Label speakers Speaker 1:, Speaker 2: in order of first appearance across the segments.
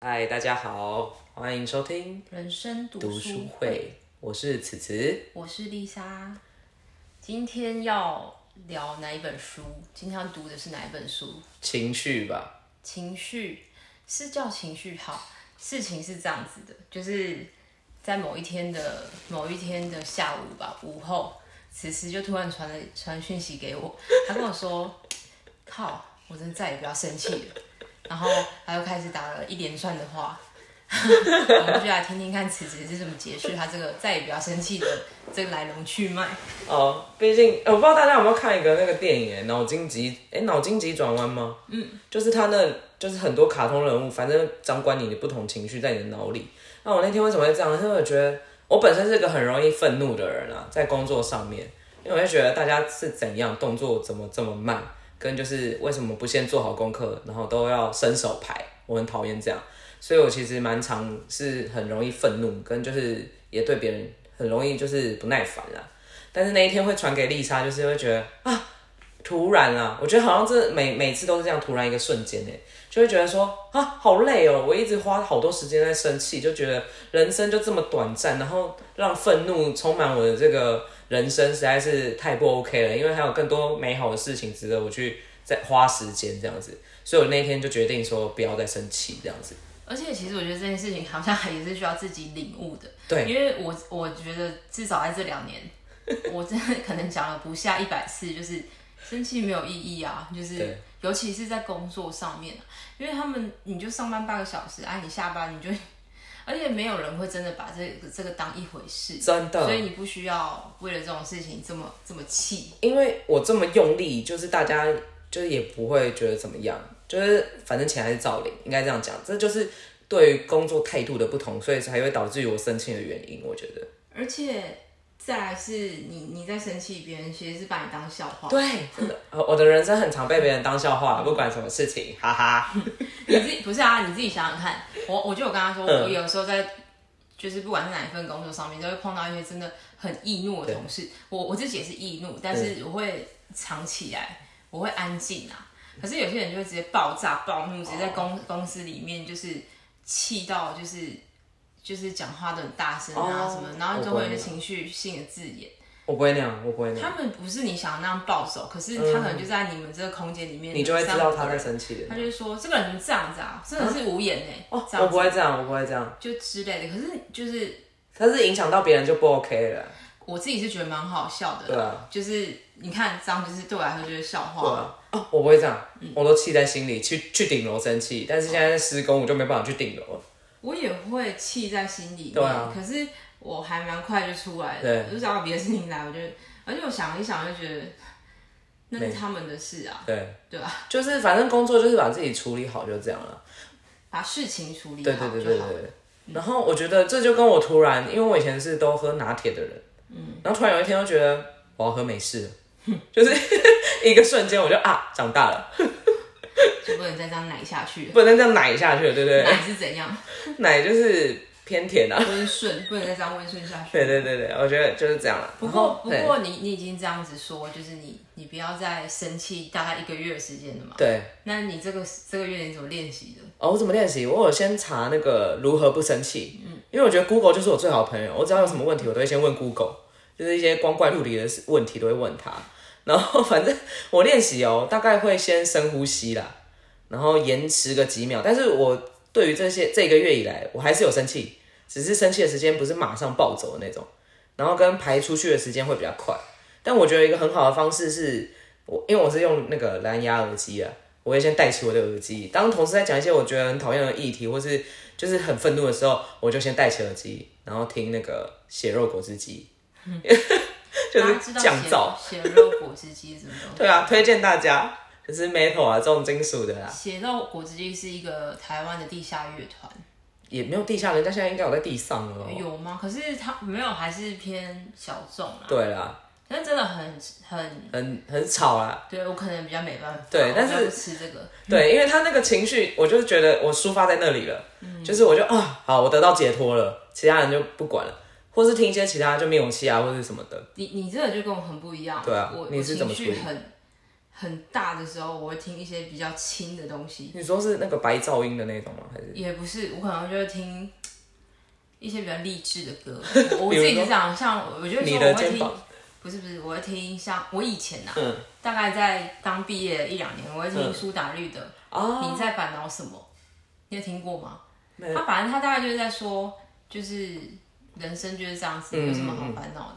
Speaker 1: 嗨，大家好，欢迎收听
Speaker 2: 人生读
Speaker 1: 读
Speaker 2: 书
Speaker 1: 书会，我是此慈。
Speaker 2: 我是丽莎。今天要聊哪一本书？今天要读的是哪一本书？
Speaker 1: 情绪吧，
Speaker 2: 情绪是叫情绪好。事情是这样子的，就是在某一天的某一天的下午吧，午后，此时就突然传了传讯息给我，他跟我说：“靠，我真的再也不要生气了。”然后他又开始打了一连串的话。 我们就来听听看，此时是怎么解释他这个再也不要生气的这个来龙去脉。
Speaker 1: 哦，毕竟、呃我不知道大家有没有看一个那个电影，哎，脑筋急，哎，脑筋急转弯吗？嗯，就是他那，就是很多卡通人物，反正掌管你的不同情绪在你的脑里。那我那天为什么会这样？因为我觉得我本身是个很容易愤怒的人啊，在工作上面，因为我就觉得大家是怎样动作怎么这么慢，跟就是为什么不先做好功课，然后都要伸手牌，我很讨厌这样。所以我其实蛮常是很容易愤怒，跟就是也对别人很容易就是不耐烦啦。但是那一天会传给丽莎，就是会觉得啊，突然啊，我觉得好像这每每次都是这样，突然一个瞬间呢，欸就会觉得说啊，好累哦，我一直花好多时间在生气，就觉得人生就这么短暂，然后让愤怒充满我的这个人生，实在是太不 OK 了，因为还有更多美好的事情值得我去再花时间这样子，所以我那天就决定说不要再生气这样子。
Speaker 2: 而且其实我觉得这件事情好像也是需要自己领悟的，
Speaker 1: 对
Speaker 2: 因为我我觉得至少在这两年，我真的可能讲了不下一百次，就是生气没有意义啊，就是
Speaker 1: 对
Speaker 2: 尤其是在工作上面啊、因为他们你就上班八个小时，哎、你下班你就，而且没有人会真的把这个这个当一回事，
Speaker 1: 真的
Speaker 2: 所以你不需要为了这种事情这么这么气，
Speaker 1: 因为我这么用力，就是大家就是也不会觉得怎么样，就是反正钱还是照领，应该这样讲。这就是对于工作态度的不同，所以才会导致于我生气的原因。我觉得，
Speaker 2: 而且再来是你你在生气，别人其实是把你当笑话，
Speaker 1: 对，真的，呃我的人生很常被别人当笑话，不管什么事情，哈哈。
Speaker 2: 你自己不是啊？你自己想想看，我我就有跟他说，
Speaker 1: 嗯
Speaker 2: 我有时候在就是不管是哪一份工作上面，都会碰到一些真的很易怒的同事。我我自己也是易怒，但是我会藏起来，我会安静啊。可是有些人就会直接爆炸暴怒，直接在
Speaker 1: 哦
Speaker 2: 公、公司里面就是气到就是就是讲话都很大声啊
Speaker 1: 哦
Speaker 2: 什么，然后就
Speaker 1: 我
Speaker 2: 会
Speaker 1: 懂
Speaker 2: 有一些
Speaker 1: 了
Speaker 2: 情绪性的字眼。
Speaker 1: 我不会那样，我不会那样，
Speaker 2: 他们不是你想的那样暴走，可是他可能就在你们这个空间里面，
Speaker 1: 嗯你就会知道他
Speaker 2: 三五个
Speaker 1: 在
Speaker 2: 人
Speaker 1: 生气
Speaker 2: 他
Speaker 1: 了。
Speaker 2: 就说这个人怎么这样子啊，真的是无言哎、
Speaker 1: 哦，
Speaker 2: 这
Speaker 1: 我
Speaker 2: 样
Speaker 1: 不
Speaker 2: 子
Speaker 1: 会这样，我不会这样，
Speaker 2: 就之类的。可是就是
Speaker 1: 但是影响到别人就不 OK 了。
Speaker 2: 我自己是觉得蛮好笑的，
Speaker 1: 对啊，
Speaker 2: 就是你看这样就是对我来说就是笑
Speaker 1: 对
Speaker 2: 话，
Speaker 1: 啊，哦，我不会这样，我都气在心里，去去顶楼生气，但是现在在施工，我就没办法去顶楼了。
Speaker 2: 我也会气在心里面，
Speaker 1: 对啊
Speaker 2: 可是我还蛮快就出来
Speaker 1: 对
Speaker 2: 了，我就找到别的事情来，我就而且我想一想就觉得那是他们的事啊，
Speaker 1: 对。
Speaker 2: 对吧、
Speaker 1: 就是反正工作就是把自己处理好，就这样了。
Speaker 2: 把事情处理
Speaker 1: 对
Speaker 2: 好
Speaker 1: 对对
Speaker 2: 就
Speaker 1: 对
Speaker 2: 好。
Speaker 1: 对。然后我觉得这就跟我突然，因为我以前是都喝拿铁的人，嗯，然后突然有一天就觉得我要喝美式了，就是 一个瞬间我就啊长大了，
Speaker 2: 就不能再这样奶下去了。
Speaker 1: 不能这样奶下去了，对不对？
Speaker 2: 奶是怎样？
Speaker 1: 奶就是偏甜啊。
Speaker 2: 温顺，不能再这样温顺下去。
Speaker 1: 对对对对，我觉得就是这样了。
Speaker 2: 不
Speaker 1: 然后
Speaker 2: 过不
Speaker 1: 对
Speaker 2: 过你你已经这样子说，就是你你不要再生气，大概一个月的时间了嘛。
Speaker 1: 对
Speaker 2: 那你这个这个月你怎么练习的？
Speaker 1: 哦，我怎么练习？我有先查那个如何不生气，嗯，因为我觉得 Google 就是我最好的朋友，我只要有什么问题，我都会先问 Google，就是一些光怪陆离的事问题都会问他。 然后反正我练习哦，大概会先深呼吸啦，然后延迟个几秒。但是我对于这些这个月以来，我还是有生气，只是生气的时间不是马上暴走的那种，然后跟排出去的时间会比较快。但我觉得一个很好的方式是，我因为我是用那个蓝牙耳机啊，我会先戴起我的耳机。当同事在讲一些我觉得很讨厌的议题，或是就是很愤怒的时候，我就先戴起耳机，然后听那个血肉果汁机， 就是
Speaker 2: 大家知道
Speaker 1: 降噪。
Speaker 2: 血血肉果汁机是什么东西？
Speaker 1: 对啊，推荐大家，就是 metal 啊，重金属的啦，
Speaker 2: 血肉果汁机是一个台湾的地下乐团，
Speaker 1: 也没有地下，人家现在应该有在地上了哦、
Speaker 2: 有吗？可是它没有，还是偏小众啦。
Speaker 1: 对啦，
Speaker 2: 但真的很很，
Speaker 1: 很很吵啦，
Speaker 2: 对我可能比较没办法。
Speaker 1: 对但
Speaker 2: 我比较
Speaker 1: 是
Speaker 2: 不吃这个，
Speaker 1: 对，因为他那个情绪，我就是觉得我抒发在那里了，
Speaker 2: 嗯
Speaker 1: 就是我就啊，好，我得到解脱了，其他人就不管了，或是听一些其他就灭火器啊，或是什么的，
Speaker 2: 你你这个就跟我很不一样。
Speaker 1: 对啊
Speaker 2: 我
Speaker 1: 你是
Speaker 2: 我
Speaker 1: 怎么
Speaker 2: 情
Speaker 1: 处理
Speaker 2: 绪很很大的时候，我会听一些比较轻的东西，
Speaker 1: 你说是那个白噪音的那种吗？还是
Speaker 2: 也不是，我可能就会听一些比较励志的 歌。我我自己是这样，像我我就
Speaker 1: 你
Speaker 2: 说
Speaker 1: 的
Speaker 2: 我会
Speaker 1: 肩
Speaker 2: 听
Speaker 1: 膀，
Speaker 2: 不是不是，我会听像我以前呐、
Speaker 1: 嗯
Speaker 2: 大概在刚毕业一两年，我会听
Speaker 1: 嗯
Speaker 2: 苏打绿的
Speaker 1: 啊？
Speaker 2: 你在烦恼什么？你有听过吗？
Speaker 1: 没有
Speaker 2: 他反正他大概就是在说，就是人生就是这样子，
Speaker 1: 嗯
Speaker 2: 有什么好烦恼的？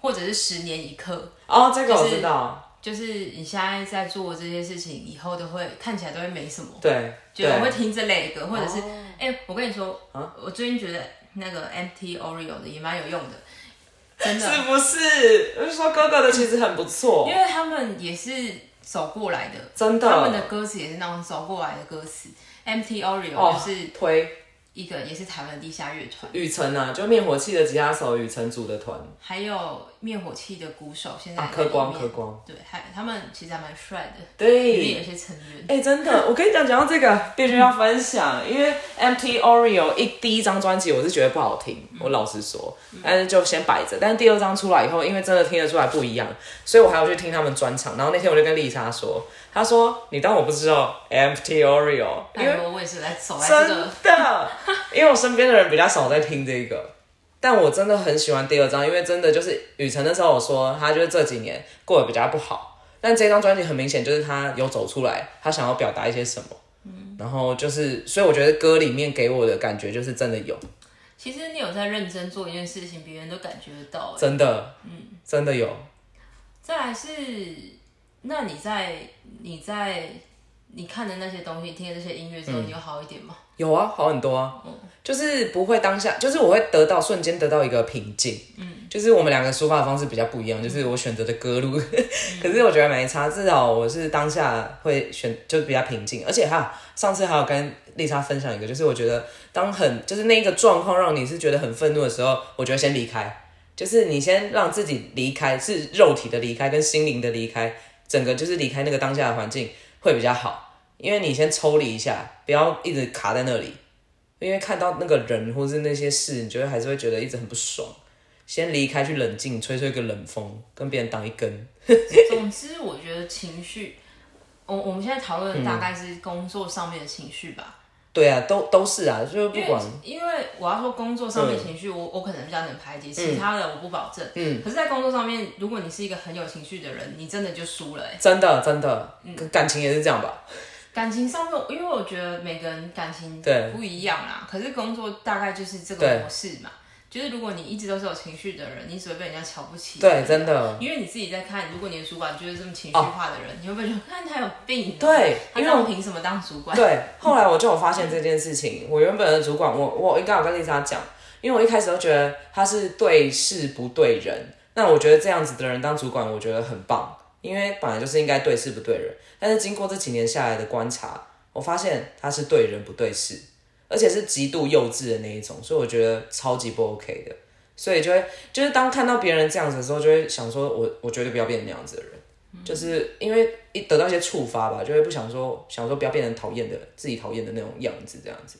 Speaker 2: 或者是十年一刻，
Speaker 1: 哦，这个我
Speaker 2: 就是
Speaker 1: 知道，
Speaker 2: 就是你现在在做这些事情，以后都会看起来都会没什么。
Speaker 1: 对
Speaker 2: 就我会
Speaker 1: 对，
Speaker 2: 听这类的歌，或者是哎、
Speaker 1: 哦啊
Speaker 2: 诶我跟你说，我最近觉得那个 MT Oreo 的也蛮有用的，真的，
Speaker 1: 是不是？我就说哥哥的其实很不错
Speaker 2: 因，为他们也是走过来的，
Speaker 1: 真的
Speaker 2: 他们的歌词也是那种走过来的歌词。MT Oreo
Speaker 1: 哦
Speaker 2: 就是
Speaker 1: 推
Speaker 2: 一个也是台湾的地下乐团，
Speaker 1: 雨辰啊，就灭火器的吉他手雨辰组的团
Speaker 2: 还有灭火器的鼓手现在
Speaker 1: 啊，科光
Speaker 2: 也
Speaker 1: 科光，
Speaker 2: 对，还他们其实还蛮帅的，里面
Speaker 1: 对
Speaker 2: 有，一些成员，
Speaker 1: 哎、真的，我跟你讲，讲到这个嗯必须要分享，因为 MT Oreo 一第一张专辑我是觉得不好听，我老实说，但是就先摆着。但是第二张出来以后，因为真的听得出来不一样，所以我还要去听他们专场。然后那天我就跟丽莎说，她说你当我不知道 MT Oreo，因为
Speaker 2: 拜托我也是有在走在
Speaker 1: 真
Speaker 2: 这个，
Speaker 1: 的，因为我身边的人比较少在听这个，但我真的很喜欢第二张，因为真的就是雨辰那时候我说他就是这几年过得比较不好，但这张专辑很明显就是他有走出来，他想要表达一些什么，然后就是，所以我觉得歌里面给我的感觉就是真的有，
Speaker 2: 其实你有在认真做一件事情，别人都感觉得到、哎
Speaker 1: 真的，真的有，
Speaker 2: 再来是，那你在你在你看的那些东西，听的这些音乐之
Speaker 1: 嗯
Speaker 2: 后，你有好一点吗？
Speaker 1: 有啊，好很多啊，就是不会当下，就是我会得到瞬间得到一个平静，嗯，就是我们两个抒发的方式比较不一样，就是我选择的歌路，可是我觉得没差，至少我是当下会选就比较平静，而且哈，上次还有跟丽莎分享一个，就是我觉得当很就是那一个状况让你是觉得很愤怒的时候，我觉得先离开，就是你先让自己离开，是肉体的离开跟心灵的离开，整个就是离开那个当下的环境会比较好。因为你先抽离一下，不要一直卡在那里，因为看到那个人或是那些事，你就会还是会觉得一直很不爽。先离开去冷静，吹吹个冷风，跟别人挡一根。
Speaker 2: 总之，我觉得情绪，我我们现在讨论的大
Speaker 1: 嗯
Speaker 2: 概是工作上面的情绪吧。
Speaker 1: 对啊，都都是啊，就是不
Speaker 2: 因为
Speaker 1: 管嗯
Speaker 2: 因为我要说工作上面情绪，我我可能比较能排解，其他的我不保证。嗯，可是，在工作上面，如果你是一个很有情绪的人，你真的就输了、哎，
Speaker 1: 真的真的，感情也是这样吧？
Speaker 2: 感情上面，因为我觉得每个人感情
Speaker 1: 对
Speaker 2: 不一样啦，可是工作大概就是这个
Speaker 1: 对
Speaker 2: 模式嘛。就是如果你一直都是有情绪的人，你只会被人家瞧不起。
Speaker 1: 对，真的。哦
Speaker 2: 因为你自己在看，如果你的主管就是这么情绪化的人，你会不会觉得看他有病、啊？
Speaker 1: 对
Speaker 2: 他
Speaker 1: 因
Speaker 2: 这
Speaker 1: 为我
Speaker 2: 样凭什么当主管？
Speaker 1: 对，后来我就有发现这件事情。我原本的主管，我我应该有跟丽莎讲，因为我一开始都觉得他是对事不对人。那我觉得这样子的人当主管，我觉得很棒，因为本来就是应该对事不对人。但是经过这几年下来的观察，我发现他是对人不对事，而且是极度幼稚的那一种，所以我觉得超级不 OK 的。所以就会就是当看到别人这样子的时候，就会想说我我绝对不要变成那样子的人。就是因为一得到一些触发吧，就会不想说想说不要变成讨厌的自己讨厌的那种样子，这样子，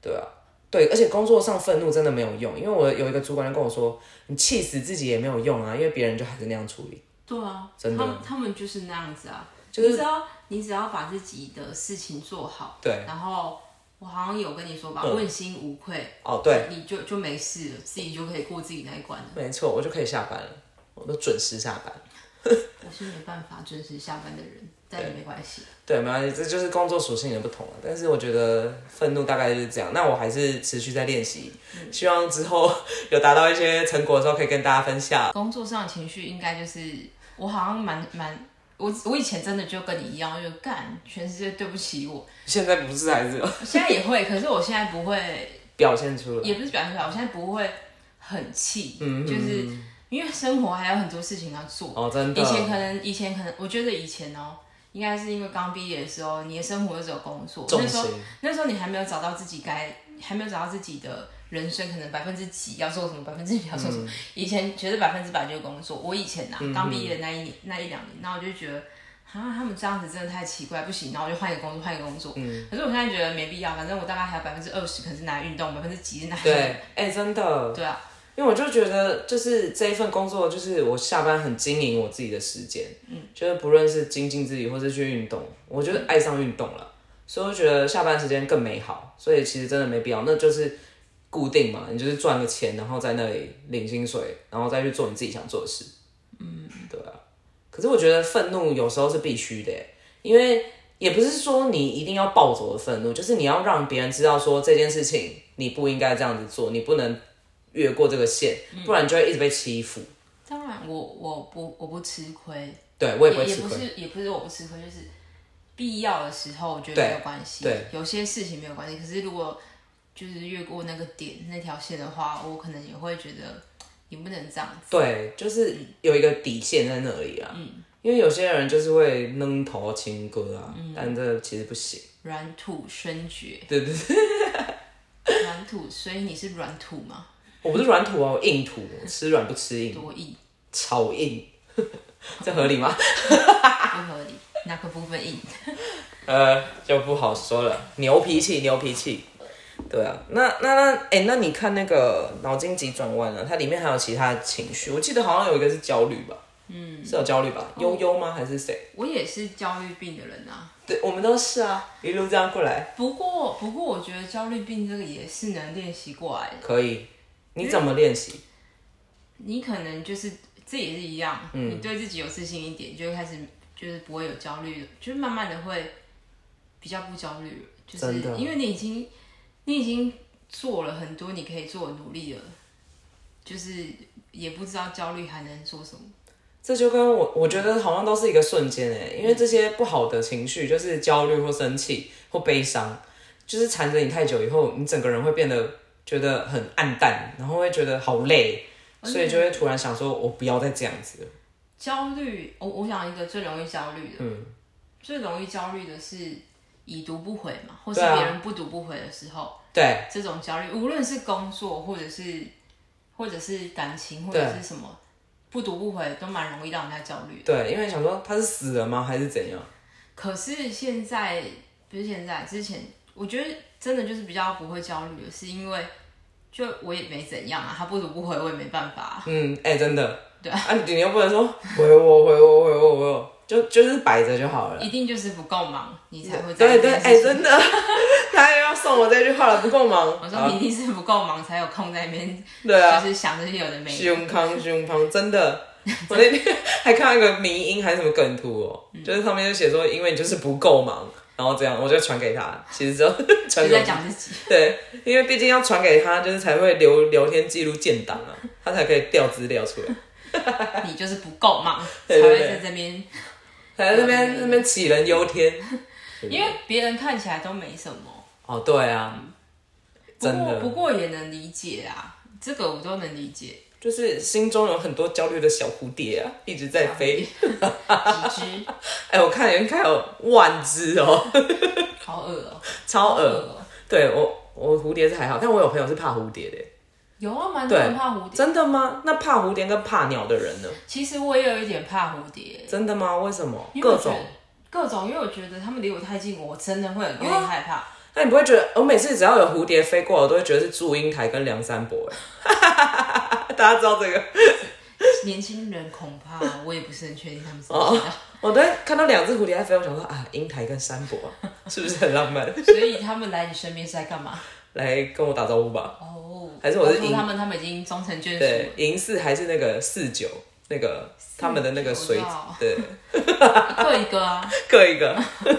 Speaker 1: 对啊，对，而且工作上愤怒真的没有用，因为我有一个主管就跟我说，你气死自己也没有用啊，因为别人就还是那样处理，
Speaker 2: 对啊，
Speaker 1: 真的
Speaker 2: 他们他们就是那样子啊，
Speaker 1: 就是
Speaker 2: 你只要你只要把自己的事情做好，
Speaker 1: 对嗯
Speaker 2: 然后我好像有跟你说吧，问心无愧，
Speaker 1: 哦，对，
Speaker 2: 你就就没事了，自己就可以过自己那一关了。
Speaker 1: 没错，我就可以下班了，我都准时下班，
Speaker 2: 我是没办法准时下班的人，但也没关系。
Speaker 1: 对，没关系，这就是工作属性的不同了。啊但是我觉得愤怒大概就是这样。那我还是持续在练习，希望之后有达到一些成果的时候，可以跟大家分享。
Speaker 2: 工作上的情绪应该就是我好像蛮蛮。我我以前真的就跟你一样，就干全世界对不起我，
Speaker 1: 现在不是还是有
Speaker 2: 现在也会，可是我现在不会
Speaker 1: 表现出来，
Speaker 2: 也不是表现出来，我现在不会很气，
Speaker 1: 嗯
Speaker 2: 就是因为生活还有很多事情要做。
Speaker 1: 哦真的
Speaker 2: 以前可能，以前可能，我觉得以前哦、应该是因为刚毕业的时候，你的生活就只有工作，
Speaker 1: 重
Speaker 2: 那时候
Speaker 1: 心
Speaker 2: 那时候你还没有找到自己该，还没有找到自己的人生，可能百分之几要做什么，百分之几要做什么。以前觉得百分之百就是工作，我以前呐、啊刚毕业的那一年那一两年，那我就觉得。啊，他们这样子真的太奇怪，不行，然后我就换一个工作，换一个工作。可是我现在觉得没必要，反正我大概还有百分之二十，可能是拿来运动，百分之几是拿来
Speaker 1: 对，哎、真的，
Speaker 2: 对啊，
Speaker 1: 因为我就觉得，就是这一份工作，就是我下班很经营我自己的时间，嗯，就是不论是精进自己，或是去运动，我就是爱上运动了，所以我觉得下班时间更美好，所以其实真的没必要，那就是固定嘛，你就是赚个钱，然后在那里领薪水，然后再去做你自己想做的事，嗯，对啊。可是我觉得愤怒有时候是必须的耶，因为也不是说你一定要暴走的愤怒，就是你要让别人知道说这件事情你不应该这样子做，你不能越过这个线，
Speaker 2: 嗯
Speaker 1: 不然你就会一直被欺负。
Speaker 2: 当然我，我不我不吃亏，
Speaker 1: 对我也不会
Speaker 2: 也也
Speaker 1: 吃
Speaker 2: 不
Speaker 1: 亏，
Speaker 2: 是也不是我不吃亏，就是必要的时候我觉得没有关系，
Speaker 1: 对
Speaker 2: 有些事情没有关系。可是如果就是越过那个点那条线的话，我可能也会觉得你不能这样子。
Speaker 1: 对，就是有一个底线在那里啊。
Speaker 2: 嗯
Speaker 1: 因为有些人就是会扔头轻歌啊，
Speaker 2: 嗯
Speaker 1: 但这其实不行。
Speaker 2: 软土生绝，
Speaker 1: 对对
Speaker 2: 软土，所以你是软土吗？
Speaker 1: 我不是软土啊，我硬土，我吃软不吃硬，
Speaker 2: 多硬，
Speaker 1: 超硬， 这合理吗？
Speaker 2: 不合理，哪个部分硬？
Speaker 1: 呃，就不好说了，牛脾气，牛脾气。对啊，那那那，哎、那你看那个脑筋急转弯啊，它里面还有其他的情绪，我记得好像有一个是焦虑吧，嗯，是有焦虑吧？
Speaker 2: 哦
Speaker 1: 悠悠吗？还是谁？
Speaker 2: 我也是焦虑病的人啊，
Speaker 1: 对，我们都是啊，一路这样过来，
Speaker 2: 不过不过我觉得焦虑病这个也是能练习过来的。
Speaker 1: 可以。你怎么练习？
Speaker 2: 你可能就是这也是一样，
Speaker 1: 嗯
Speaker 2: 你对自己有自信一点，就会开始就是不会有焦虑了，就是慢慢的会比较不焦虑了，就是
Speaker 1: 真的
Speaker 2: 因为你已经你已经做了很多你可以做的努力了，就是也不知道焦虑还能做什么。
Speaker 1: 这就跟我我觉得好像都是一个瞬间哎，因为这些不好的情绪，就是焦虑或生气或悲伤，就是缠着你太久以后，你整个人会变得觉得很暗淡，然后会觉得好累，所以就会突然想说，我不要再这样子了。
Speaker 2: 焦虑，我我想一个最容易焦虑的，
Speaker 1: 嗯
Speaker 2: 最容易焦虑的是已读不回嘛，或是
Speaker 1: 对啊
Speaker 2: 别人不读不回的时候。
Speaker 1: 对，
Speaker 2: 这种焦虑，无论是工作或者是或者是感情或者是什么，不读不回都蛮容易让人家焦虑。
Speaker 1: 对，因为想说他是死了吗，还是怎样？
Speaker 2: 可是现在不是现在，之前我觉得真的就是比较不会焦虑的，是因为就我也没怎样啊，他不读不回我也没办法啊、
Speaker 1: 嗯，哎、真的，
Speaker 2: 对
Speaker 1: 啊，你又不能说回我回我回我回我，就就是摆着就好了。
Speaker 2: 一定就是不够忙，你才会
Speaker 1: 对
Speaker 2: 在意
Speaker 1: 对，
Speaker 2: 这件
Speaker 1: 哎、
Speaker 2: 事情
Speaker 1: 真的， 他又要送我这句话了，不够忙。
Speaker 2: 我
Speaker 1: 好
Speaker 2: 说你一定是不够忙，才有空在那边，
Speaker 1: 对啊，
Speaker 2: 就是想这些有的没的。
Speaker 1: 胸康胸康，真 的。我那天还看到一个迷音还是什么梗图哦、
Speaker 2: 嗯
Speaker 1: 就是上面就写说，因为你就是不够忙，然后这样我就传给他，其实就 传给
Speaker 2: 就在
Speaker 1: 我
Speaker 2: 讲自己，
Speaker 1: 对，因为毕竟要传给他，就是才会留聊天记录建档啊，他才可以调资料出来，
Speaker 2: 你就是不够忙，才
Speaker 1: 对对
Speaker 2: 会
Speaker 1: 对
Speaker 2: 在这边
Speaker 1: 才在那
Speaker 2: 嗯
Speaker 1: 边那边杞人忧天。
Speaker 2: 因为别人看起来都没什么，
Speaker 1: 哦，对啊，
Speaker 2: 不
Speaker 1: 真
Speaker 2: 嗯过不
Speaker 1: 的，
Speaker 2: 过也能理解啊，这个我都能理解。
Speaker 1: 就是心中有很多焦虑的小蝴蝶啊，一直在飞。
Speaker 2: 几只，
Speaker 1: 哎、我看应该有万只哦，
Speaker 2: 好恶哦、
Speaker 1: 超
Speaker 2: 好
Speaker 1: 恶。
Speaker 2: 哦
Speaker 1: 对我，我蝴蝶是还好，但我有朋友是怕蝴蝶的。
Speaker 2: 有啊，蛮多人怕蝴蝶。
Speaker 1: 真的吗？那怕蝴蝶跟怕鸟的人呢？
Speaker 2: 其实我也有一点怕蝴蝶，
Speaker 1: 真的吗？为什么？
Speaker 2: 因为
Speaker 1: 各
Speaker 2: 我觉
Speaker 1: 种
Speaker 2: 得。各种，因为我觉得他们离我太近，我真的会有点害 怕。
Speaker 1: 那你不会觉得，我每次只要有蝴蝶飞过，我都会觉得是祝英台跟梁山伯哎。 大家知道这个，
Speaker 2: 年轻人恐怕我也不是很确定他们是
Speaker 1: 哦
Speaker 2: 啊不是知道，
Speaker 1: 我都会看到两只蝴蝶在飞，我想说啊，英台跟山伯啊、是不是很浪漫？
Speaker 2: 所以他们来你身边是在干嘛？
Speaker 1: 来跟我打招呼吧。
Speaker 2: 哦，
Speaker 1: 还是我是
Speaker 2: 告诉
Speaker 1: 赢
Speaker 2: 他们，他们已经终成眷
Speaker 1: 对
Speaker 2: 属，
Speaker 1: 银四还是那个四九，那个他们的那个水
Speaker 2: 我知道，
Speaker 1: 对，
Speaker 2: 了，各一个啊。
Speaker 1: 各一个。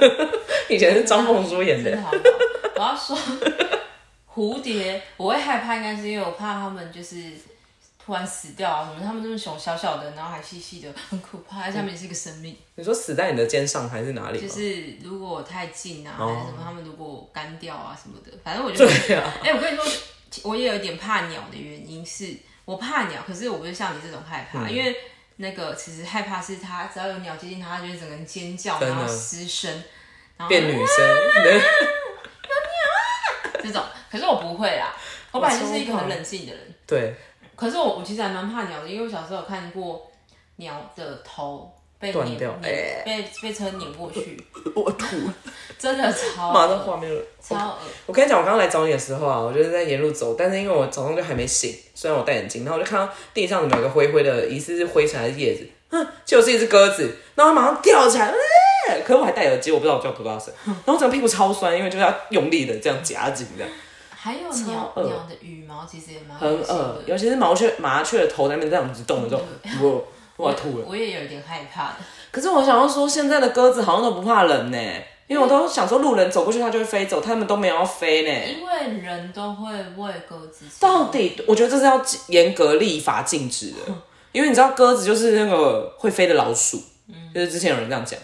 Speaker 1: 以前是 张凤书演
Speaker 2: 真
Speaker 1: 的，
Speaker 2: 好笑我要说蝴蝶，我会害怕，应该是因为我怕它们就是突然死掉啊什么。它们这么熊小小的，然后还细细的，很可怕。而且它们也是一个生 命，
Speaker 1: 你说死在你的肩上还是哪里
Speaker 2: 就
Speaker 1: 吗？
Speaker 2: 是如果我太近啊，
Speaker 1: 哦
Speaker 2: 还是什么，它们如果干掉啊什么的，反正我就
Speaker 1: 对啊，
Speaker 2: 哎、我跟你说，我也有点怕鸟的原因是我怕鸟，可是我不是像你这种害
Speaker 1: 嗯
Speaker 2: 怕，因为。那个其实害怕是它，只要有鸟接近它，它就会整个人尖叫，
Speaker 1: 真的
Speaker 2: 然后失声，然后
Speaker 1: 变女生。对
Speaker 2: 这种，可是我不会啦，我本来就是一个
Speaker 1: 我超
Speaker 2: 很
Speaker 1: 怕
Speaker 2: 冷静的人。
Speaker 1: 对，
Speaker 2: 可是我我其实还蛮怕鸟的，因为我小时候有看过鸟的头被被
Speaker 1: 断
Speaker 2: 碾
Speaker 1: 掉
Speaker 2: 碾
Speaker 1: 哎
Speaker 2: 被被车碾过去，
Speaker 1: 我吐了，
Speaker 2: 真的超
Speaker 1: 马上画面了。
Speaker 2: 超恶
Speaker 1: 我跟你讲，我刚刚来找你的时候啊，我就是在沿路走，但是因为我早上就还没醒，虽然我戴眼镜，然后我就看到地上怎么有个灰灰的，疑似是灰尘还是叶子， 哼，就是一只鸽子，然后它马上跳起来，呃、可是我还戴耳机，我不知道我叫多大 声，然后我整个屁股超酸，因为就是要用力的这样夹紧这样，
Speaker 2: 还有鸟
Speaker 1: 恶
Speaker 2: 鸟的羽毛其实也蛮
Speaker 1: 很
Speaker 2: 恶心
Speaker 1: 恶
Speaker 2: 的，
Speaker 1: 呃尤其是嗯麻雀麻雀的头在那边这样子动的时候，我我要吐了。
Speaker 2: 我也有点害怕的。
Speaker 1: 可是我想要说，现在的鸽子好像都不怕冷呢、因为我都想说路人走过去它就会飞走，它们都没有要飞呢、
Speaker 2: 因为人都会喂鸽子吃，啊
Speaker 1: 到底，我觉得这是要严格立法禁止的，因为你知道鸽子就是那个会飞的老鼠，就是之前有人这样讲，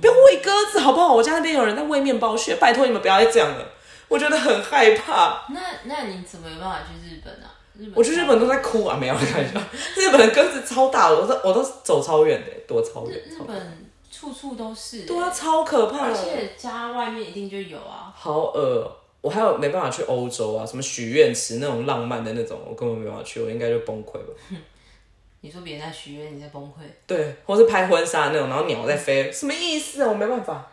Speaker 1: 不要喂鸽子好不好？我家那边有人在喂面包屑，拜托你们不要再这样了，我觉得很害怕。
Speaker 2: 那那你怎么有办法去日本啊？日本
Speaker 1: 我去日本都在哭啊，没有开玩笑，日本的鸽子超大的，我都我都走超远的，多超远
Speaker 2: 日，日
Speaker 1: 超
Speaker 2: 本处处都是、欸
Speaker 1: 对啊，超可怕
Speaker 2: 而
Speaker 1: 的，
Speaker 2: 且家外面一定就有啊。
Speaker 1: 好恶哦。我还有没办法去欧洲啊，什么许愿池那种浪漫的那种，我根本没办法去，我应该就崩溃吧。
Speaker 2: 你说别人在许愿，你在崩溃。
Speaker 1: 对，或是拍婚纱那种，然后鸟在飞，什么意思啊？我没办法。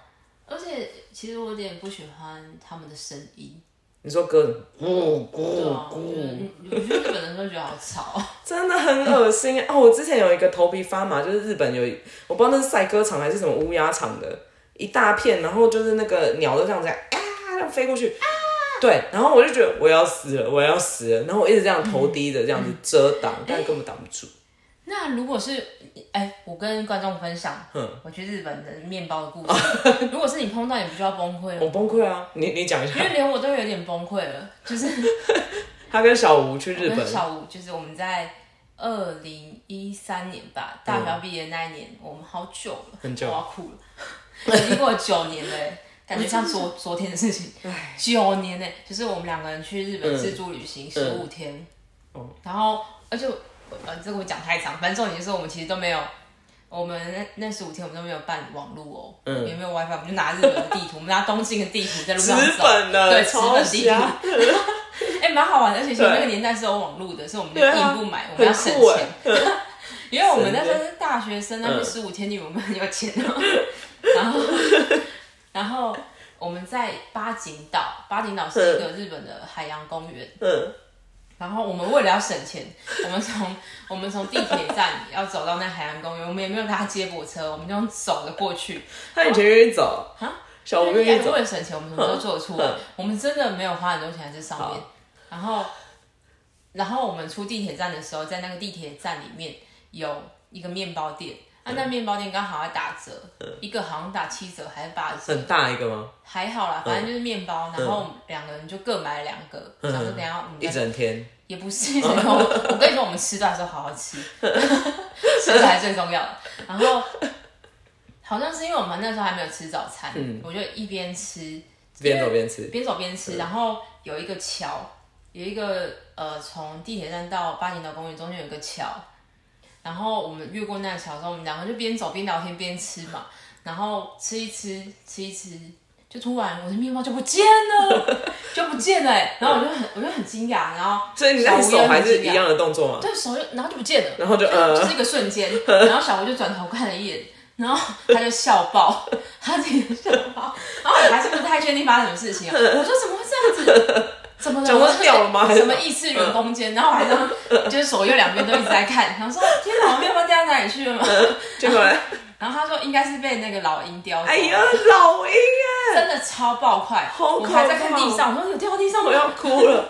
Speaker 2: 而且其实我有点不喜欢他们的声音，
Speaker 1: 你说鸽子，咕
Speaker 2: 对
Speaker 1: 咕
Speaker 2: 啊，我觉得
Speaker 1: 咕，
Speaker 2: 我去日本的时候觉得好吵，
Speaker 1: 真的很恶心啊！哦我之前有一个头皮发麻，就是日本有一，我不知道那是赛鸽场还是什么乌鸦场的，一大片，然后就是那个鸟都这样子啊，这样飞过去，对，然后我就觉得我要死了，我要死了，然后我一直这样头低着这样子遮挡，但根本挡不住。
Speaker 2: 那如果是，哎、我跟观众分享，
Speaker 1: 嗯
Speaker 2: 我去日本的面包的故事。如果是你碰到，你不就要崩溃
Speaker 1: 我
Speaker 2: 了？
Speaker 1: 崩溃啊！你你讲一下
Speaker 2: 因，为连我都有点崩溃了。就是
Speaker 1: 他跟小吴去日
Speaker 2: 跟
Speaker 1: 本，
Speaker 2: 小吴，就是我们在二零一三年吧，大学要毕业那一年，我们好久了，
Speaker 1: 嗯 很久
Speaker 2: 我要哭了，已经过了九年了、哎感觉像昨昨天的事情。九年呢、就是我们两个人去日本自助旅行十五天，
Speaker 1: 嗯哦
Speaker 2: 然后而且我呃，这个我讲太长，反正重点就是我们其实都没有。我们那那十五天我们都没有办网络哦，
Speaker 1: 嗯
Speaker 2: 也没有 WiFi，我们就拿日本的地图，我们拿东京的地图在路
Speaker 1: 纸
Speaker 2: 上走，
Speaker 1: 本的，
Speaker 2: 对，纸
Speaker 1: 超
Speaker 2: 本地图，
Speaker 1: 瞎。
Speaker 2: 哎、蛮好玩的，而且其实
Speaker 1: 对
Speaker 2: 那个年代是有网络的，所以我们就
Speaker 1: 对啊
Speaker 2: 硬不买，我
Speaker 1: 很
Speaker 2: 们要省
Speaker 1: 酷
Speaker 2: 钱
Speaker 1: 欸，
Speaker 2: 因为我们那时候是大学生，那边十五天你我们很有钱哦。然后，然后我们在八景岛，八景岛是一个日本的海洋公园。
Speaker 1: 嗯。
Speaker 2: 然后我们为了要省钱，我们从我们从地铁站要走到那海洋公园，我们也没有搭接驳车，我们就用走的过去。
Speaker 1: 他以前愿意走
Speaker 2: 啊，
Speaker 1: 小吴
Speaker 2: 因为
Speaker 1: 愿意
Speaker 2: 为
Speaker 1: 走，
Speaker 2: 了省钱，我们什么都做得出来
Speaker 1: 嗯嗯。
Speaker 2: 我们真的没有花很多钱在这上面
Speaker 1: 好。
Speaker 2: 然后，然后我们出地铁站的时候，在那个地铁站里面有一个面包店，啊，
Speaker 1: 嗯
Speaker 2: 那面包店刚好要打折，一个好像打七折还是八折，
Speaker 1: 很大一个吗？
Speaker 2: 还好啦，反正就是面包。然后我们两个人就各买了两个，想说等一下我们
Speaker 1: 嗯一
Speaker 2: 再
Speaker 1: 整天，
Speaker 2: 也不是，然后我跟你说，我们吃饭的时候好好吃， 吃才是最重要的。然后好像是因为我们那时候还没有吃早餐，
Speaker 1: 嗯
Speaker 2: 我就一边吃
Speaker 1: 边走边吃。
Speaker 2: 边走边吃，然后有一个桥，有一个呃，从地铁站到八景岛公园中间有一个桥，然后我们越过那个桥的时候，我们两个就边走边聊天边吃嘛，然后吃一吃吃一吃，就突然我的面包就不见了， 就不见了、欸，然后我就很我就很惊讶，然后
Speaker 1: 所以你那
Speaker 2: 小吴也
Speaker 1: 手
Speaker 2: 很
Speaker 1: 还是
Speaker 2: 惊
Speaker 1: 一
Speaker 2: 讶
Speaker 1: 样的动作吗？
Speaker 2: 对手就然后就不见了，
Speaker 1: 然后就
Speaker 2: 就
Speaker 1: 呃
Speaker 2: 就是一个瞬间，然后小吴就转头看了一眼，然后他就笑爆， 他自己就笑爆，然后我还是不太确定发生什么事情 啊，我说怎么会这样子？怎么了？
Speaker 1: 脚都掉了吗还是嗯
Speaker 2: 什么异次元空间？然后我还是就是左右两边都一直在看，然后说天哪，我面包掉到哪里去了吗？
Speaker 1: 结果嘞，
Speaker 2: 然后他说应该是被那个老鹰叼走，
Speaker 1: 哎呀，老鹰哎，
Speaker 2: 真的超爆快，
Speaker 1: 好
Speaker 2: 我
Speaker 1: 可怕
Speaker 2: 还在看地上，我说有掉到地上吗
Speaker 1: 我？要哭了，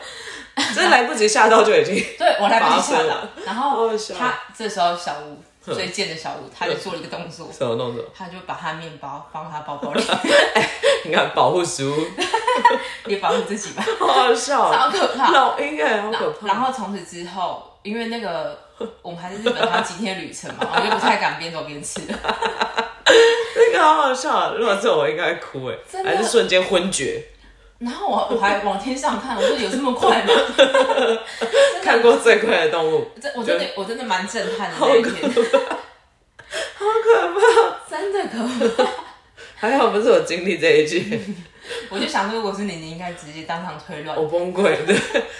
Speaker 1: 真的来不及吓到就已 经。
Speaker 2: 对我来不及
Speaker 1: 发
Speaker 2: 吓
Speaker 1: 生
Speaker 2: 到
Speaker 1: 了，
Speaker 2: 然
Speaker 1: 好
Speaker 2: 后
Speaker 1: 好笑嗯
Speaker 2: 他这时候小吴最贱的小吴，他就做了一个动作，
Speaker 1: 什么动作？
Speaker 2: 他就把他面包放他包包里，
Speaker 1: 你看保护食物，
Speaker 2: 也保护自 己吧，
Speaker 1: 好好笑
Speaker 2: 好
Speaker 1: 哦，
Speaker 2: 可怕。
Speaker 1: 老鹰哎，好可怕。
Speaker 2: 然后从此之后，因为那个我们还在日本还有几天旅程 嘛，我就不太敢边走边吃了。
Speaker 1: 那个好好笑，啊如果是我我应该哭哎，
Speaker 2: 真的
Speaker 1: 还是瞬间昏厥。
Speaker 2: 然后我我还往天上看，我说有这么 快吗？
Speaker 1: 看过最快的动物，
Speaker 2: 这我真的我真的蛮震撼的
Speaker 1: 好
Speaker 2: 那一
Speaker 1: 可
Speaker 2: 天，
Speaker 1: 怕，好可怕。
Speaker 2: 真的可怕。
Speaker 1: 还好不是我经历这一句。
Speaker 2: 我就想说，如果是你，你应该直
Speaker 1: 哦
Speaker 2: 接当场推乱。
Speaker 1: 我崩溃，对。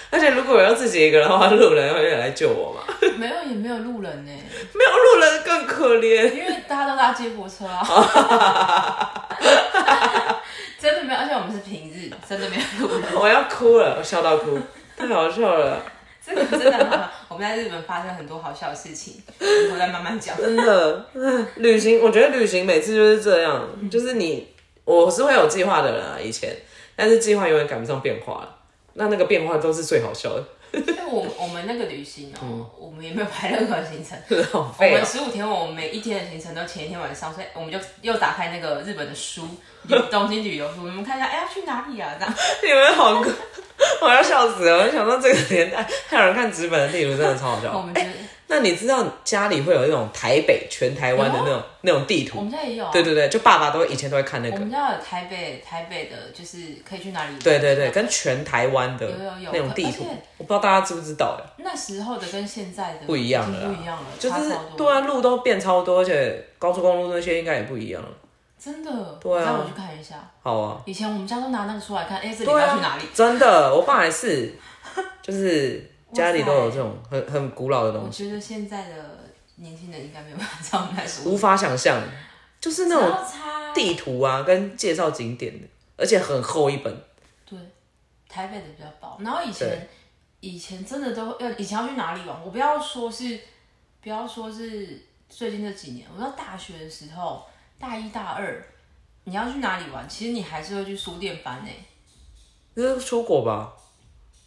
Speaker 1: 而且如果我要自己一个人的话，路人会来救我嘛？
Speaker 2: 没有也没有路人呢、
Speaker 1: 没有路人更可怜。
Speaker 2: 因为大家都搭接驳车啊， 真的没有，而且我们是平日，真的没有路人，
Speaker 1: 我要哭了，我笑到哭，太好笑了，
Speaker 2: 这个真的很好。我们在日本发生很多好笑的事情，以后再慢 慢讲。
Speaker 1: 真的。唉旅行，我觉得旅行每次就是这样，就是你，我是会有计划的人啊，以前，但是计划永远赶不上变化了。那那个变化都是最好笑的，
Speaker 2: 但我我们那个旅行哦、
Speaker 1: 嗯
Speaker 2: 我们也没有排任何行程。
Speaker 1: 真的好
Speaker 2: 我
Speaker 1: 废
Speaker 2: 们
Speaker 1: 哦、
Speaker 2: 十五天，我们每一天的行程都前一天晚上，所以我们就又打开那个日本的书，旅东京旅游书，我们看一下，哎、要去哪里啊？这 样，
Speaker 1: 你们好酷，我要笑死了。我想到这个年代，还有人看纸本的地图，真的超好笑。
Speaker 2: 我们觉得、
Speaker 1: 那你知道家里会有那种台北全台湾的那种、那种地
Speaker 2: 啊我
Speaker 1: 图？
Speaker 2: 们家也有、啊，
Speaker 1: 对对对，就爸爸都会以前都会看那
Speaker 2: 我
Speaker 1: 个
Speaker 2: 们。家有台北台北的，就是可以去哪里？
Speaker 1: 对对对，跟全台湾的
Speaker 2: 有有有
Speaker 1: 那种地图
Speaker 2: 而且，
Speaker 1: 我不知道大家知不知道哎，
Speaker 2: 那时候的跟现在的
Speaker 1: 不一样
Speaker 2: 已
Speaker 1: 了
Speaker 2: 经
Speaker 1: 啦，
Speaker 2: 不一样了，
Speaker 1: 就
Speaker 2: 差
Speaker 1: 是
Speaker 2: 超多。
Speaker 1: 对啊，路都变超多，而且高速公路那些应该也不一样了。
Speaker 2: 真的。
Speaker 1: 对啊
Speaker 2: 让我去看一下。
Speaker 1: 好啊，
Speaker 2: 以前我们家都拿那个出来看，哎、这里
Speaker 1: 对
Speaker 2: 要
Speaker 1: 啊，
Speaker 2: 去哪里？
Speaker 1: 真的，我爸也 是，就是家里都有这种很很古老的
Speaker 2: 我
Speaker 1: 东西，
Speaker 2: 觉得现在的年轻人应该没有办法这样来说，
Speaker 1: 无法想象，就是那种
Speaker 2: 交叉
Speaker 1: 地图啊，跟介绍景点的，而且很厚一本。
Speaker 2: 对，台北的比较薄。然后以前以前真的都要，呃以前要去哪里玩？我不要说是，不要说是最近这几年，我到大学的时候，大一大二，你要去哪里玩？其实你还是会去书店翻呢、欸
Speaker 1: 就是出国吧？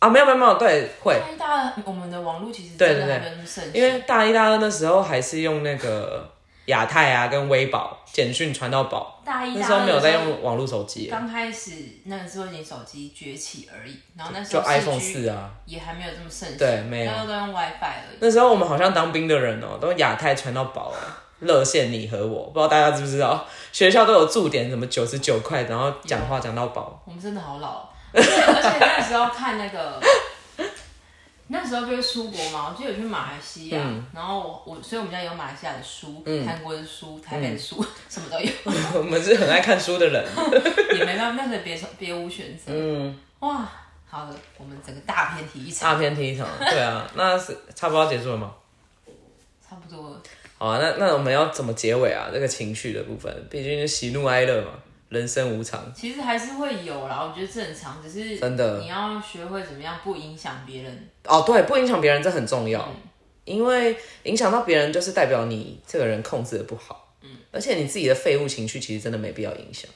Speaker 1: 啊，没有没有没有，对，会，
Speaker 2: 大一大二，我们的网络其实
Speaker 1: 对
Speaker 2: 真的
Speaker 1: 对对
Speaker 2: 还没有那么盛行，
Speaker 1: 因为大一、大二那时候还是用那个亚太啊，跟微宝简讯传到宝，
Speaker 2: 大一
Speaker 1: 那
Speaker 2: 大
Speaker 1: 时候
Speaker 2: 二
Speaker 1: 没有
Speaker 2: 的
Speaker 1: 在
Speaker 2: 时候，
Speaker 1: 用网络手机，
Speaker 2: 刚开始那个智慧型手机崛起而已，然后那时
Speaker 1: 就
Speaker 2: 候
Speaker 1: iPhone
Speaker 2: 4G
Speaker 1: 四啊。
Speaker 2: 也还没有这么盛行，
Speaker 1: 对没有
Speaker 2: 那时候都用 WiFi 而已。
Speaker 1: 那时候我们好像当兵的人哦、都亚太传到宝啊，热线你和我，不知道大家知不知道， 学校都有驻点，什么九十九块，然后讲话讲到宝，
Speaker 2: 我们真的好老、哦，而且而且那时候看那个，那时候就是出国嘛，我记得有去马来西亚，
Speaker 1: 嗯
Speaker 2: 然后我我所以我们家有马来西亚的书、韩、国的书、台北的书，
Speaker 1: 嗯
Speaker 2: 什么都有，
Speaker 1: 我们是很爱看书的人，
Speaker 2: 也没办法，那时候别别无选择。嗯，哇，好了，我们整个大偏题一场，
Speaker 1: 大片踢场，对啊，那是差不多要结束了吗？
Speaker 2: 差不多了。
Speaker 1: 好啊，那那我们要怎么结尾啊？这个情绪的部分，毕竟是喜怒哀乐嘛，人生无常，
Speaker 2: 其实还是会有啦，我觉得正常，只是
Speaker 1: 真的
Speaker 2: 你要学会怎么样不影响别人。
Speaker 1: 哦，对，不影响别人这很重要，因为影响到别人就是代表你这个人控制的不好，嗯，而且你自己的废物情绪其实真的没必要影响。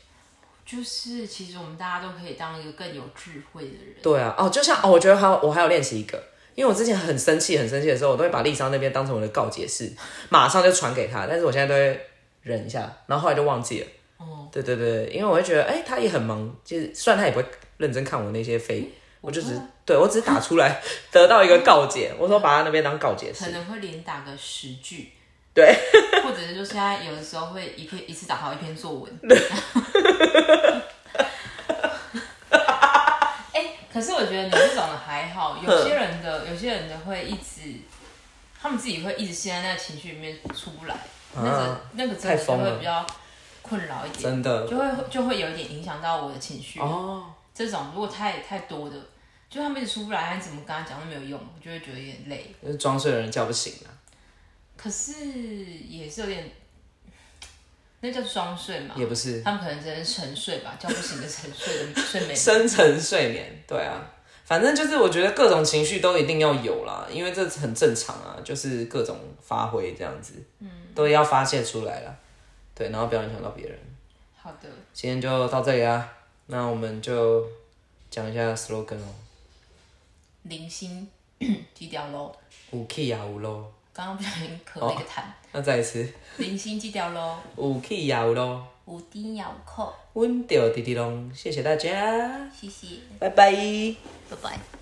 Speaker 2: 就是其实我们大家都可以当一个更有智慧的人。
Speaker 1: 对啊，哦，就像哦，我觉得还有我还有练习一个，因为我之前很生气很生气的时候，我都会把丽莎那边当成我的告解室，马上就传给她，但是我现在都会忍一下，然后后来就忘记了。
Speaker 2: 哦，
Speaker 1: 对对对，因为我会觉得，哎、她也很忙，就是虽然她也不会认真看我那些飞，我就只是对我只是打出来 得到一个告解，我说把她那边当告解室
Speaker 2: 可。能会连打个十句，
Speaker 1: 对，
Speaker 2: 或者是就现在有的时候会一篇一次打好一篇作文。 哎、可是我觉得你这种的还好，有些 人的有些人的会一直，他们自己会一直陷在那个情绪里面出不来，那个那个真
Speaker 1: 啊太
Speaker 2: 的就
Speaker 1: 疯
Speaker 2: 会
Speaker 1: 了
Speaker 2: 比较困扰一点，
Speaker 1: 真的
Speaker 2: 就会就会有一点影响到我的情绪。
Speaker 1: 哦，
Speaker 2: 这种如果太太多的，就他们一直出不来，你怎么跟他讲都没有用，我就会觉得有点累。
Speaker 1: 就是装睡的人叫不醒啊。
Speaker 2: 可是也是有点，那叫装睡嘛？
Speaker 1: 也不是
Speaker 2: 他们可能真的是沉睡吧，叫不醒的 沉睡的睡美。
Speaker 1: 深层睡眠，对啊，反正就是我觉得各种情绪都一定要有啦，因为这很正常啊，就是各种发挥这样子，嗯，都要发泄出来啦，对，然后不要影响到别人。
Speaker 2: 好的，
Speaker 1: 今天就到这里啦，那我们就讲一下 slogan 哦，
Speaker 2: 零星低调喽。
Speaker 1: 五 key 呀五 low，
Speaker 2: 刚刚不小心咳了一个痰，
Speaker 1: 那再一次
Speaker 2: 零星低调喽，
Speaker 1: 五 key 呀五 low，
Speaker 2: 无丁咬扣，
Speaker 1: 温掉滴滴隆，谢谢大家，
Speaker 2: 谢谢，
Speaker 1: 拜拜。
Speaker 2: 拜拜。